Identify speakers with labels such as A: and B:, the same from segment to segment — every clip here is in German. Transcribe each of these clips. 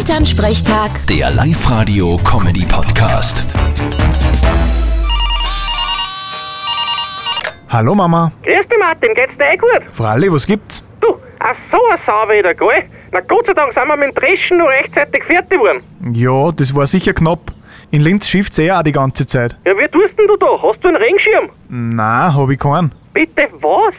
A: Elternsprechtag,
B: Der Live-Radio-Comedy-Podcast.
C: Hallo Mama.
D: Grüß dich, Martin, geht's dir eh gut?
C: Fralli, was gibt's?
D: Du, auch so ein Sau wieder, gell? Na Gott sei Dank sind wir mit dem Dreschen noch rechtzeitig fertig geworden.
C: Ja, das war sicher knapp. In Linz schifft's eh auch die ganze Zeit.
D: Ja, wie tust denn du da? Hast du einen Regenschirm?
C: Na, hab ich keinen.
D: Bitte was?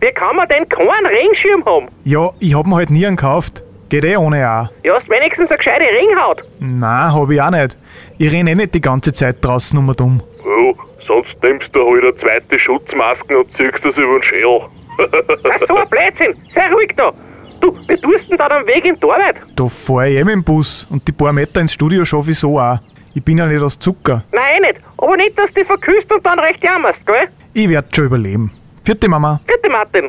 D: Wie kann man denn keinen Regenschirm haben?
C: Ja, ich hab mir halt nie einen gekauft. Geht eh ohne auch.
D: Ja, hast wenigstens eine gescheite Regenhaut.
C: Na, hab ich auch nicht. Ich renn eh nicht die ganze Zeit draußen um und um.
E: Ja, Oh, sonst nimmst du halt eine zweite Schutzmaske und ziehst das über den Schädel.
D: Das ist so ein Blödsinn. Sei ruhig da. Du, wie tust denn da am Weg in die Arbeit?
C: Da fahr ich eh mit dem Bus und die paar Meter ins Studio schaff ich so auch. Ich bin ja nicht aus Zucker.
D: Nein, eh nicht. Aber nicht, dass du dich verküsst und dann recht jammerst, gell?
C: Ich werd schon überleben. Vierte Mama.
D: Bitte, Martin.